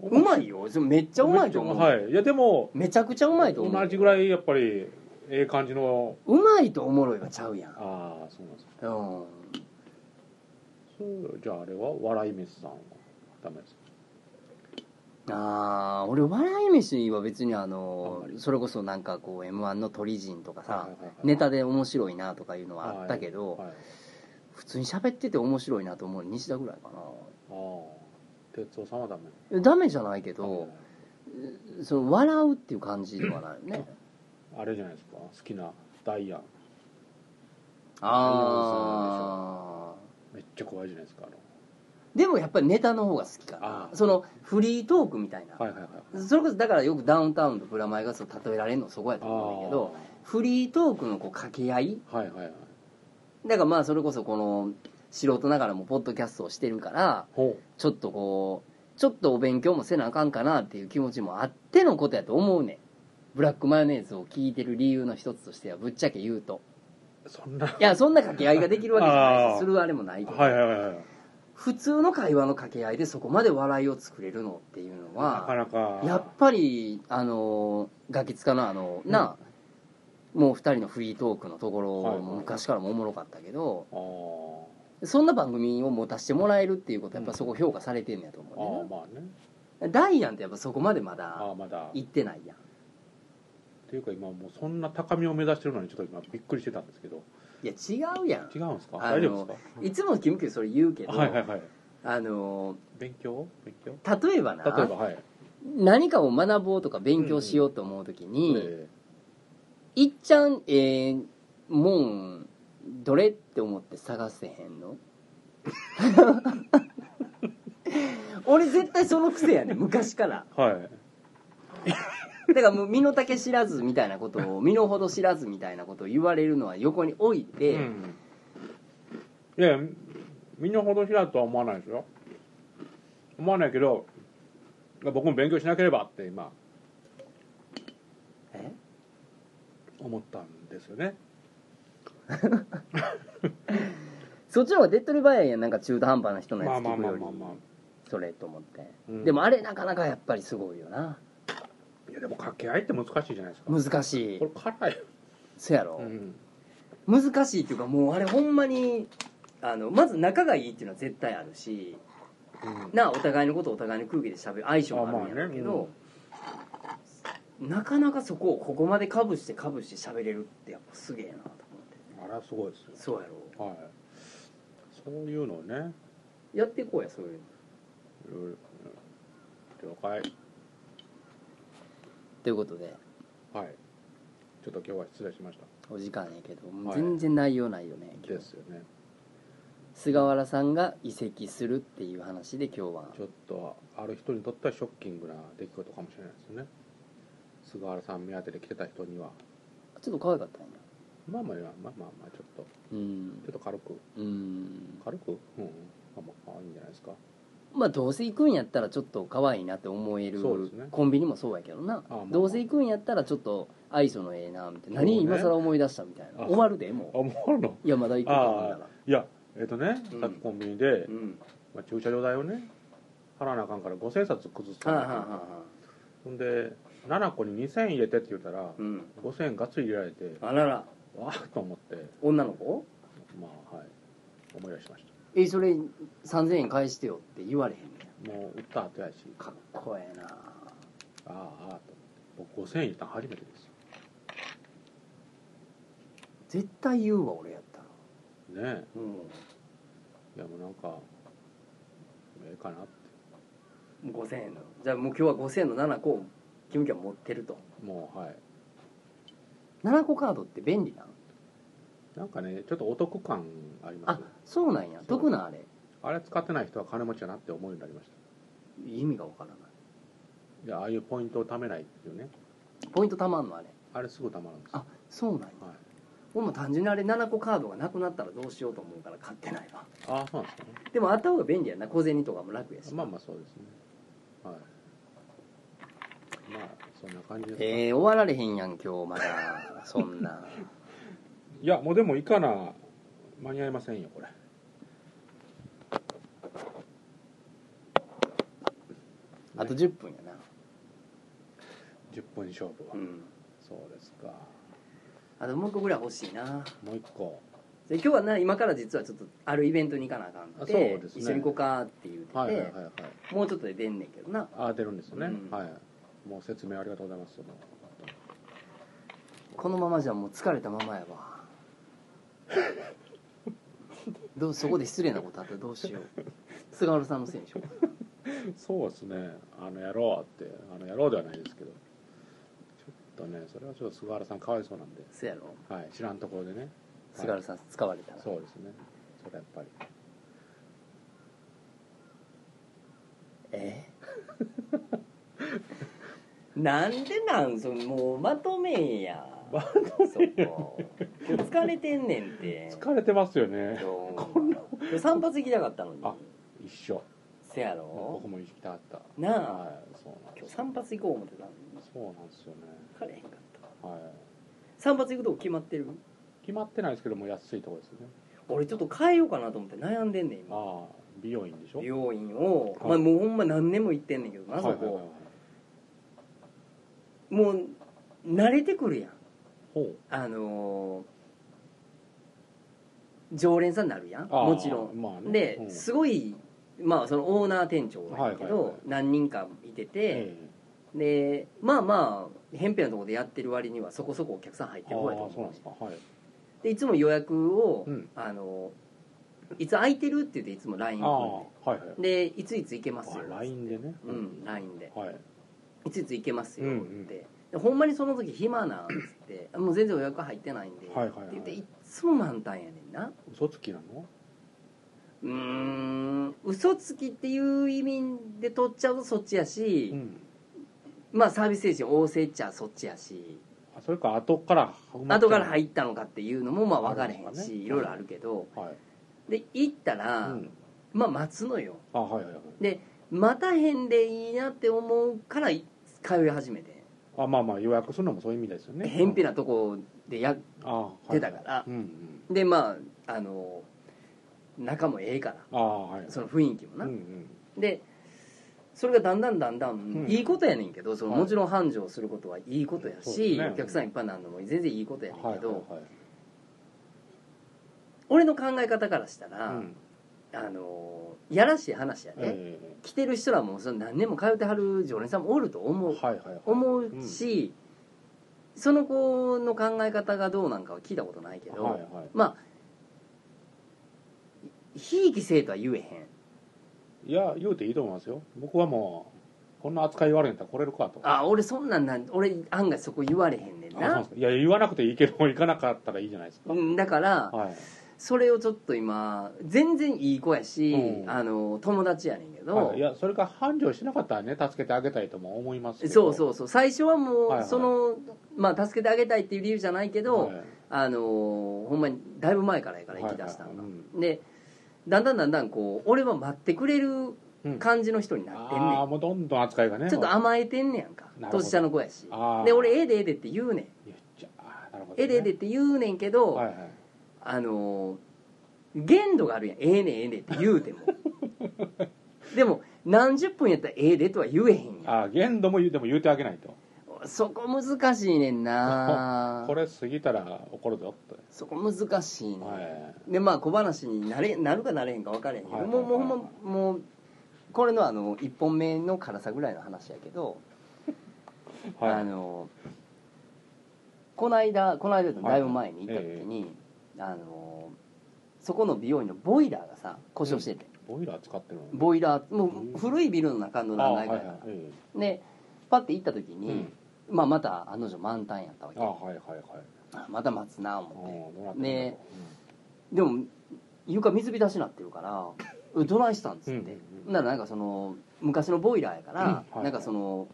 S1: うまいよでもめっちゃうまいと思う、
S2: はいいやでも
S1: めちゃくちゃうまいと思う
S2: 同じぐら
S1: い
S2: いやっぱりええ感じの
S1: うまいとおもろいはちゃうやん
S2: ああそうなんですか
S1: うん
S2: そうじゃああれは笑い飯さんはダメですか
S1: あー俺笑い飯は別にあの
S2: あんまり
S1: それこそなんかこう m 1の鳥人とかさ、
S2: はいはいはい
S1: ネタで面白いなとかいうのはあったけど、
S2: はい、あ
S1: 普通に喋ってて面白いなと思うの西田ぐらいかな
S2: あ哲夫さんはダメ
S1: ダメじゃないけ
S2: はい
S1: どその笑うっていう感じではないよね
S2: あれじゃないですか好きなダイアン
S1: ああ
S2: めっちゃ怖いじゃないですかあの
S1: でもやっぱりネタの方が好きかな
S2: あー
S1: そのフリートークみたいな、
S2: はいはいはい
S1: それこそだからよくダウンタウンとブラマイがそう例えられるのそこやと思うんだけどフリートークのこう掛け合い
S2: あーはいはいはい
S1: だからまあそれこそこの素人ながらもポッドキャストをしてるから
S2: ほ
S1: ちょっとこうちょっとお勉強もせなあかんかなっていう気持ちもあってのことやと思うねんブラックマヨネーズを聞いてる理由の一つとしてはぶっちゃけ言うと
S2: うそん [LAUGHS] ない
S1: やそんな掛け合いができるわけじゃない
S2: あ
S1: し
S2: ー
S1: するあれもないけど
S2: はいはいはいはい
S1: 普通の会話の掛け合いでそこまで笑いを作れるのっていうの
S2: なか
S1: は
S2: なか
S1: やっぱりあのガキつかのあのな、もう二人のフリートークのところ
S2: はいはい
S1: も昔からもおもろかったけど、
S2: あー
S1: そんな番組を持たせてもらえるっていうことはやっぱそこ評価されてんねやと
S2: あー
S1: 思
S2: まあね
S1: うねダイアンってやっぱそこまでま
S2: あ
S1: だ
S2: あまだ
S1: 行ってないやん
S2: っていうか今もうそんな高みを目指してるのにちょっと今びっくりしてたんですけど
S1: いや違うやん
S2: 違うんですか
S1: あの
S2: 大丈夫で
S1: いつもキムキムそれ言うけ
S2: す
S1: ど、
S2: かはいはいはい
S1: あの
S2: 勉強勉強
S1: 例えばな
S2: 例えばはい、
S1: 何かを学ぼうとか勉強しようと思うときに、
S2: え
S1: いっちゃんええもんどれって思って探せへんの [LAUGHS] 俺絶対その癖やねん昔から
S2: ーはい
S1: だからもう身の丈知らずみたいなことを身の程知らずみたいなことを言われるのは横に置いて、
S2: うん、いやみんなほど知らずとは思わないですよ思わないけど僕も勉強しなければって今
S1: え
S2: 思ったんですよね
S1: そっちの方が手っ取り早いやんなんか中途半端な人の
S2: ま
S1: や
S2: あ
S1: つ
S2: まあ
S1: 聞く
S2: まあ
S1: より
S2: まあまあ、
S1: それと思って、
S2: うん
S1: でもあれなかなかやっぱりすごいよない
S2: やでも掛け合いって難しいじゃないですかこ
S1: 難しい
S2: れ辛い、
S1: そやろ
S2: う、ん、
S1: 難しいっていうかもうあれほんまにあのまず仲がいいっていうのは絶対あるしなあお互いのことをお互いの空気で喋る相性もあるんやろうけ
S2: あまあ
S1: ど、なかなかそこをここまでかぶしてかぶして喋れるってやっぱすげえなと思って
S2: あれはすごいですよ
S1: そうやろ
S2: はいそういうのをね
S1: やっていこうやそういうの
S2: いろいろ了解
S1: ということで
S2: はいちょっと今日は失礼しました
S1: お時間やけど、
S2: はい
S1: 全然内容ないよね今
S2: で
S1: 日
S2: すよね
S1: 菅原さんが移籍するっていう話で今日は
S2: ちょっとある人にとってはショッキングな出来事かもしれないですね菅原さん目当てで来てた人には
S1: ちょっと可愛かったんや
S2: まあまあまあまあまあまあちょっと
S1: うん
S2: ちょっと軽く
S1: うん
S2: 軽くうんうんまあまあいいんじゃないですか
S1: まあどうせ行くんやったらちょっと可愛いなって思える、
S2: そうですね
S1: コンビニもそうやけどな
S2: あまあ
S1: どうせ行くんやったらちょっと愛想のええなみたいな、
S2: そうね
S1: 何今更思い出したみたいな
S2: あ
S1: 終わるでもう
S2: あもうの
S1: いやまだ行くかほんな
S2: あ
S1: ら
S2: あいやえっ、とね
S1: うん
S2: さっきコンビニで、
S1: うん
S2: まあ、駐車場代をね払わなあかんから5000冊崩す
S1: はあはあはあ
S2: ほんで7個に2000入れてって言ったら、
S1: うん
S2: 5000ガッツリ入れられて
S1: あらら
S2: わあと思って
S1: 女の子
S2: まあはい思い出しまし
S1: えそれ3000円返してよって言われへんねん
S2: たもう売った後やし
S1: かっこええな
S2: ああああと僕5000円入れたの初めてですよ
S1: 絶対言うわ俺やったら
S2: ね
S1: う
S2: えいやもうなんかええかなって
S1: ん5000円のじゃあもう今日は5000円の7個をキムキは持ってると
S2: もうはい
S1: 7個カードって便利なん
S2: なんかねちょっとお得感あります
S1: あ
S2: よ
S1: そうなんや
S2: そう
S1: 得なんあれ
S2: あれ使ってない人は金持ちだなって思うようになりまし
S1: 意味がわからない
S2: たいやああいうポイントを貯めないっていうね
S1: ポイントたまんのあれ
S2: あれすぐ貯まるんですよ
S1: あそうなんや
S2: はい
S1: 俺も単純にあれ7個カードがなくなったらどうしようと思うから買ってないわ
S2: あそうなんですね
S1: でもあった方が便利やな小銭とかも楽やし、
S2: まあまあそうですねはいまあそんな感じですか、
S1: えー、終わられへんやん今日ま [LAUGHS] だそんない
S2: やもうでもいかな間に合いませんよこれ
S1: あと10分やな、
S2: 10分勝負は、
S1: うん
S2: そうですか
S1: あともう一個ぐらい欲しいな
S2: もう一個
S1: で今日はな今から実はちょっとあるイベントに行かなあかんくて、
S2: あそうですね
S1: 一緒に行こうかって言ってて、
S2: はいはいはいはい
S1: もうちょっとで出んねんけどな
S2: ああ出るんですよね、
S1: うん
S2: はいもう説明ありがとうございます
S1: このままじゃもう疲れたままやわどうそこで失礼なことあったらどうしよう菅原さんのせいでしょ
S2: そうですねあの野郎ってあの野郎ではないですけどちょっとねそれはちょっと菅原さんかわいそうなんで
S1: そやろ
S2: はい知らんところでね
S1: 菅原さん使われたら、
S2: そうですねそれやっぱり
S1: えなんでなんそのもうまとめんや
S2: ま
S1: そこ疲れてんねんって
S2: 疲れてますよね
S1: こんな散髪行きたかったのに
S2: あ一緒
S1: せやろ
S2: 僕も行きたかった
S1: なあ
S2: はい、そうな
S1: 今
S2: んで
S1: 日
S2: す
S1: 散髪行こう思ってたのに
S2: そうなんですよね
S1: 行かれへんかった
S2: は
S1: 散髪行くとこ決まってる
S2: い決まってないですけども安いところですよね
S1: 俺ちょっと変えようかなと思って悩んでんねん今
S2: ああ美容院でしょ
S1: 美容院を、
S2: はい
S1: まあ、もうほんま何年も行ってんねんけどなそこ、
S2: はいはいはいはい
S1: もう慣れてくるやん
S2: ほう
S1: あのー常連さんになるやん
S2: ああ
S1: もちろん、
S2: まあね
S1: で、
S2: うん
S1: すごいまあそのオーナー店長なんだけど、
S2: はいはいはい
S1: 何人かいてて、
S2: ええ
S1: でまあまあ偏僻なところでやってる割にはそこそこお客さん入って
S2: ああ
S1: こいと
S2: そうなん
S1: 思
S2: ですかはいう
S1: でいつも予約を、
S2: うん
S1: あのいつ空いてるって言っていつも LINE
S2: ああ
S1: 来
S2: はいはい
S1: るでいついつ行けますよ
S2: あ LINE でね
S1: うん、LINE で
S2: はい
S1: 「いついつ行けますよ」
S2: う
S1: っ
S2: ん
S1: て、
S2: うん
S1: でほんまにその時暇なんつって「もう全然予約入ってないんで」
S2: はいはいはい
S1: って言っていっつも満タンやねんな
S2: 嘘つきなの
S1: うーん嘘つきっていう意味で取っちゃうとそっちやし、
S2: うん
S1: まあサービス精神旺盛っちゃそっちやし
S2: あそれか後から
S1: 後から入
S2: 入
S1: ったのかっていうのもまあ分かれへ
S2: あるん
S1: ん
S2: です
S1: し
S2: かね
S1: いろいろあるけど
S2: はい
S1: で行った
S2: う
S1: ら、
S2: ん
S1: まあ待つのよ
S2: あはいはいはい
S1: 待たへんでいいなって思うからい通い始めて
S2: あまあまあ予約するのもそういう意味ですよね
S1: 偏僻なとこでや
S2: ああはい
S1: 出たから
S2: うんうん
S1: でまああの仲もええから
S2: ああはい
S1: その雰囲気も
S2: う
S1: な、
S2: んうん
S1: でそれがだんだんだんだん、
S2: ん
S1: いいことやねんけどその
S2: はい
S1: もちろん繁盛することはいいことや
S2: そう
S1: し、
S2: ですね
S1: お客さんいっぱいなんのも全然いいことやねん
S2: はい
S1: け
S2: はい
S1: ど、
S2: はい
S1: 俺の考え方からしたら、
S2: うん
S1: あのやらしい話やね、
S2: え
S1: 来てる人らもうその何年も通ってはる常連さんもおると
S2: え
S1: 思う、
S2: はいはいはい
S1: 思うし、その子の考え方がどうなんかは聞いたことないけど、
S2: はいはい
S1: まあひいきせいとは言えへん
S2: いや言うていいと思いますよ僕はもうこんな扱い言われんやったら来れるかと
S1: あ俺そんなんなん俺案外そこ言われへんねん
S2: あそうなん
S1: な
S2: ですかいや言わなくていいけど行かなかったらいいじゃないですか
S1: うんだから
S2: はい
S1: それをちょっと今全然いい子やし、
S2: うん
S1: あの友達やねんけど、
S2: はいいやそれが繁盛しなかったらね助けてあげたいとも思いますけど
S1: そうそうそう最初はもう、
S2: はいはい
S1: そのまあ助けてあげたいっていう理由じゃないけど、
S2: はい
S1: あのほんまにだいぶ前からやから行き出したのが、
S2: はいはい
S1: でだんだんだんだんこう俺は待ってくれる
S2: うん
S1: 感じの人になってんね
S2: ああもうどんどん扱いがね
S1: んちょっと甘えてんねやんか
S2: なるほど
S1: 年下の子やし
S2: あー
S1: で俺ええでええでって言うねん
S2: 言っちゃあーなるほどね
S1: ええでええでって言うねんけど、
S2: はいはい
S1: あのー限度があるやんええねんええねんって言う
S2: [LAUGHS]
S1: てもでも何十分やったらええでとは言えへんや
S2: あー限度も言うでも言うてあげないと
S1: んそこ難しいねんな
S2: [LAUGHS] これ過ぎたら怒るぞって
S1: そこ難しいねん、
S2: はい
S1: でまあ小話になれなるかなれへんか分からへんけど、
S2: はい
S1: もうもう
S2: はい
S1: もうもうこれのあの1本目の辛さぐらいの話やけど、
S2: は
S1: あ
S2: い
S1: のこの間この間だいぶ前に行った時に、あのそこの美容院のボイラーがさ故障してて、
S2: ボイラー使ってるのね
S1: ボイラーも
S2: うん
S1: う古いビルの中の
S2: あ
S1: 何階
S2: ーはい
S1: か
S2: は
S1: ら、
S2: いえ
S1: でパッて行った時
S2: え
S1: に、
S2: うん
S1: まあ、また案の定満タンやったわけ
S2: あーはいはいはい
S1: あまた待つな
S2: あ
S1: 思って。
S2: ーどうなってんだろう
S1: ねでも床水浸しになってるから
S2: [LAUGHS]
S1: えどないしたんっつって、
S2: うんうんうん
S1: ならなんかその昔のボイラーやから、
S2: うんはい
S1: なんかその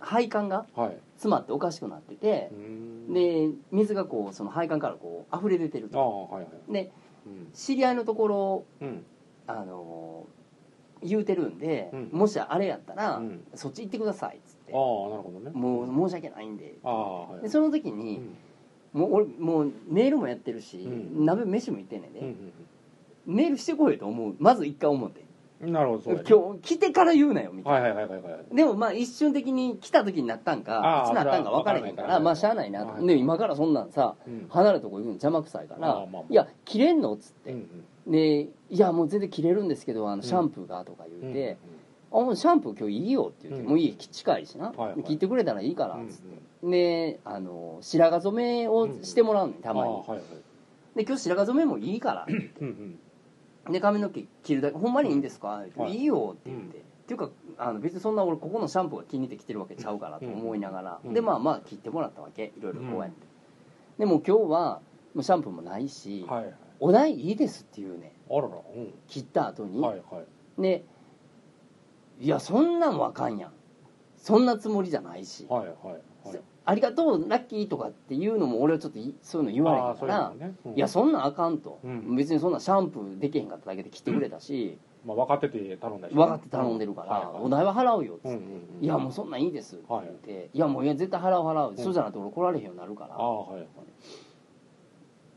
S1: 配管が
S2: はい
S1: 詰まっておかしくなってて
S2: うーん
S1: で水がこうその配管からこう溢れ出てる
S2: あ
S1: と
S2: あはいはい
S1: で
S2: うん
S1: 知り合いのところ
S2: うん
S1: あの言うてるんで、
S2: うん
S1: もしあれやったら、
S2: うん
S1: そっち行ってくださいっつって
S2: ああなるほどね
S1: もう申し訳ないんで
S2: ああはい
S1: でその時に、
S2: うん
S1: もう俺もうネイルもやってるし、
S2: うん
S1: 鍋飯も行ってんねんで、
S2: うん
S1: ネイルしてこいよと思うまず一回思って
S2: うんうんなるほどそうやね
S1: 今日来てから言うなよみたいな、
S2: はいはいはいはいはい
S1: でもまあ一瞬的に来た時になったんか
S2: あー
S1: いつなったんか分からへん
S2: 分
S1: か
S2: か
S1: らら
S2: ないから
S1: まあしゃあないなと、
S2: はい
S1: で今からそんなんさ
S2: うん
S1: 離れたとこ行くの邪魔くさいから
S2: あーまあまあ
S1: いや切れんの?」っつっ
S2: うんう
S1: て「
S2: ん
S1: でいやもう全然切れるんですけどあの
S2: ん
S1: シャンプーが」とか言
S2: う
S1: うんて、あもうシャンプー今日いいよって言って、
S2: うん
S1: もういい近いしな、
S2: はいはい
S1: 切ってくれたらいいか
S2: う
S1: ら
S2: ん
S1: っつって、であの白髪染めをしてもらうのたまに、
S2: ああはいはい
S1: で今日白髪染めもいいから
S2: うんうん
S1: で髪の毛切るだけほんまにいいんですか?って言って」
S2: はい
S1: い、いよ」って言って、っていうかあの別にそんな俺ここのシャンプーが気に入ってきてるわけちゃうからと思いながら、
S2: うん
S1: でまあまあ切ってもらったわけいろいろこうやって、でもう今日はもうシャンプーもないし、
S2: はいはい
S1: お代いいです」っていうね
S2: あららうん
S1: 切った後に、
S2: はいはい
S1: で「いやそんなんわかんやんそんなつもりじゃないし」
S2: はいはいはい
S1: ありがとうラッキーとかっていうのも俺はちょっといそういうの言われ
S2: あ
S1: へ
S2: あ
S1: んか
S2: そういう
S1: ら
S2: のねうん
S1: いやそんなんあかんと、
S2: うん
S1: 別にそんなシャンプーできへんかっただけで切ってくれたし、
S2: まあ分かってて頼んだしね
S1: 分かって頼んでるから、
S2: はいはい
S1: お代は払うよっつって、
S2: うんうんうん
S1: いやもうそんなんいいですって言
S2: はい
S1: って、い、やもういや絶対払う払う、
S2: ん
S1: そうじゃなくて俺来られへんようになるか
S2: あ
S1: ら
S2: あはいはい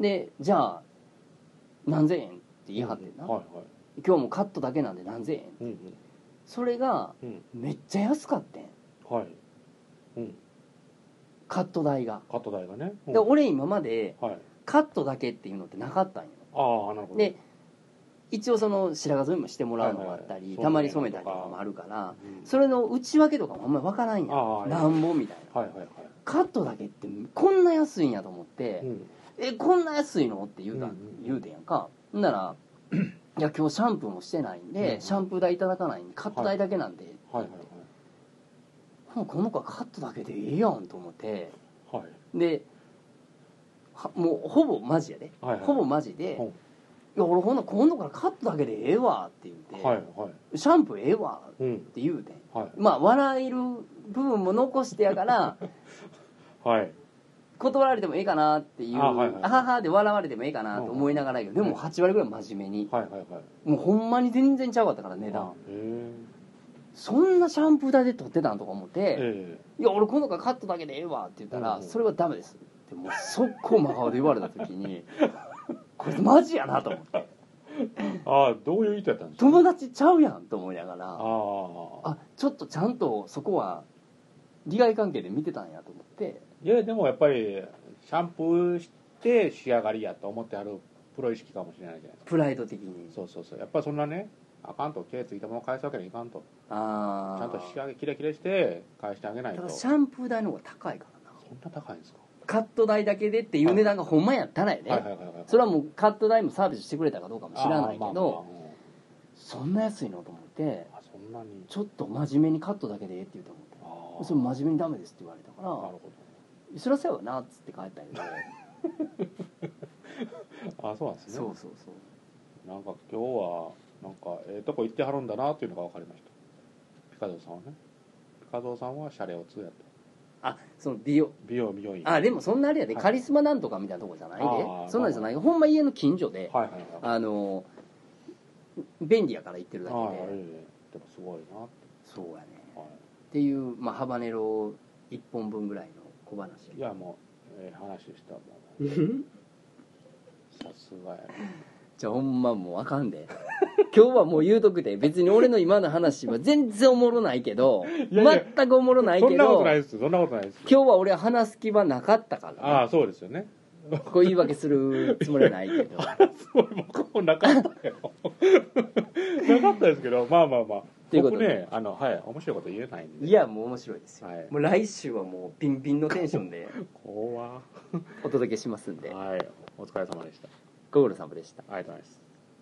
S1: でじゃあ何千円って言い張ってんな、
S2: はいはい
S1: 今日もカットだけなんで何千円
S2: うんうん
S1: それが
S2: うん
S1: めっちゃ安かったん
S2: はいうん
S1: カット代が、
S2: カット代がねうん
S1: で俺今まで
S2: はい
S1: カットだけっていうのってなかったんよ
S2: ああなるほど
S1: で一応その白髪染めもしてもらうのがあったり、
S2: はいはい
S1: たまに染めたりとかもあるから
S2: うん
S1: それの内訳とかもあんまりわからんや
S2: ああはい
S1: んなんぼみたいな
S2: はいはいはい
S1: カットだけってこんな安いんやと思って「
S2: うん
S1: えこんな安いの?」って言うた、
S2: うんうん
S1: 言うてんやんかほんなら「いや今日シャンプーもしてないんで、
S2: うん
S1: シャンプー代いただかないんでカット代だけなんで」
S2: はいはい
S1: ほなこの子はカットだけでいいやんと思って
S2: はいはい
S1: ではもうほぼマジやで、
S2: はいはい
S1: ほぼマジで「
S2: うん
S1: いや俺ほんな今度からカットだけでええわ」って言うて、
S2: はいはい
S1: シャンプーええわっ
S2: うん
S1: て言うてん
S2: はい
S1: まあ笑える部分も残してやから
S2: [LAUGHS] はい
S1: 断られてもええかなっていう
S2: あはいはい
S1: あははで笑われてもええかなと思いながらやけどでも8割ぐらい真面目に
S2: はいはいはい
S1: もうほんまに全然ちゃうかったから値段
S2: へえ
S1: そんなシャンプー代で取ってたんとか思って
S2: え
S1: 「いや俺今度からカットだけでええわ」って言った
S2: う
S1: ら「
S2: ん
S1: それはダメです」ってもう速攻真顔で言われた時
S2: [LAUGHS]
S1: にこれマジやなと思って
S2: えああどういう意図やったんですか
S1: 友達ちゃうやんと思いなが
S2: あ
S1: ら
S2: あ
S1: あちょっとちゃんとそこは利害関係で見てたんやと思って。
S2: いやでもやっぱりシャンプーして仕上がりやと思ってあるプロ意識かもしれないじゃないです
S1: プライド的に
S2: かそうそうそうやっぱりそんなねあかんと手ついたまま返すわけにはいかんと
S1: あ
S2: ち
S1: あ
S2: ゃんと仕上げキラキラして返してあげない
S1: だか
S2: と
S1: らシ
S2: そん
S1: ャンプー代の方が高いからな
S2: な高いんですか
S1: カット代だけでっていう値段がほんまやったらやね、
S2: はいはいはいはい
S1: それはもうカット代もサービスしてくれたかどうかも知らないけど、
S2: あーまあまあま
S1: そんな安いのと思って
S2: ああそんなに
S1: ちょっと真面目にカットだけでええって言うと思って
S2: ああ
S1: それ真面目にダメですって言われたか
S2: なる
S1: ら
S2: ほ
S1: 「そりゃそうやわな」っつって帰ったんやけど
S2: どあそうなんですね
S1: そうそうそう
S2: なんか今日はなんかええとこ行ってはるんだなっていうのが分かりましたピカゾーさんはねピカゾーさんはシャレオツやと
S1: あその美容
S2: 美容美容院
S1: あでもそんなあれやで、
S2: はい
S1: カリスマなんとかみたいなとこじゃない
S2: あ
S1: で
S2: ー
S1: そんなんじゃないほんま家の近所で、
S2: はいはいはい
S1: あの便利やから行ってるだけ
S2: はい
S1: で
S2: でもすごいなって、
S1: そうやね
S2: は
S1: っていう、まあ、ハバネロ1本分ぐらいの小話
S2: い、いやもう、ええ話したもんさすがや
S1: じゃあほんまもうあかん
S2: [LAUGHS]
S1: で今日はもう言うとくで別に俺の今の話は全然おもろないけど
S2: いやいや
S1: 全くおもろない
S2: な
S1: け
S2: そ
S1: ど
S2: んなことないですそんなことないです
S1: 今日は俺は話す気はなかったから
S2: あ
S1: ね、
S2: あそうですよね [LAUGHS]
S1: こう言い訳するつもりはないけど
S2: そう僕もなかったよ [LAUGHS] なかったですけどまあまあまあ
S1: ということ
S2: 僕
S1: で
S2: ねあのはい面白いこと言えないんで
S1: いやもう面白いですよ、
S2: はい
S1: もう来週はもうビンビンのテンションで
S2: 怖は
S1: お届けしますん
S2: い
S1: で
S2: お疲れ様でした
S1: ご苦労様でした
S2: ありがとうございます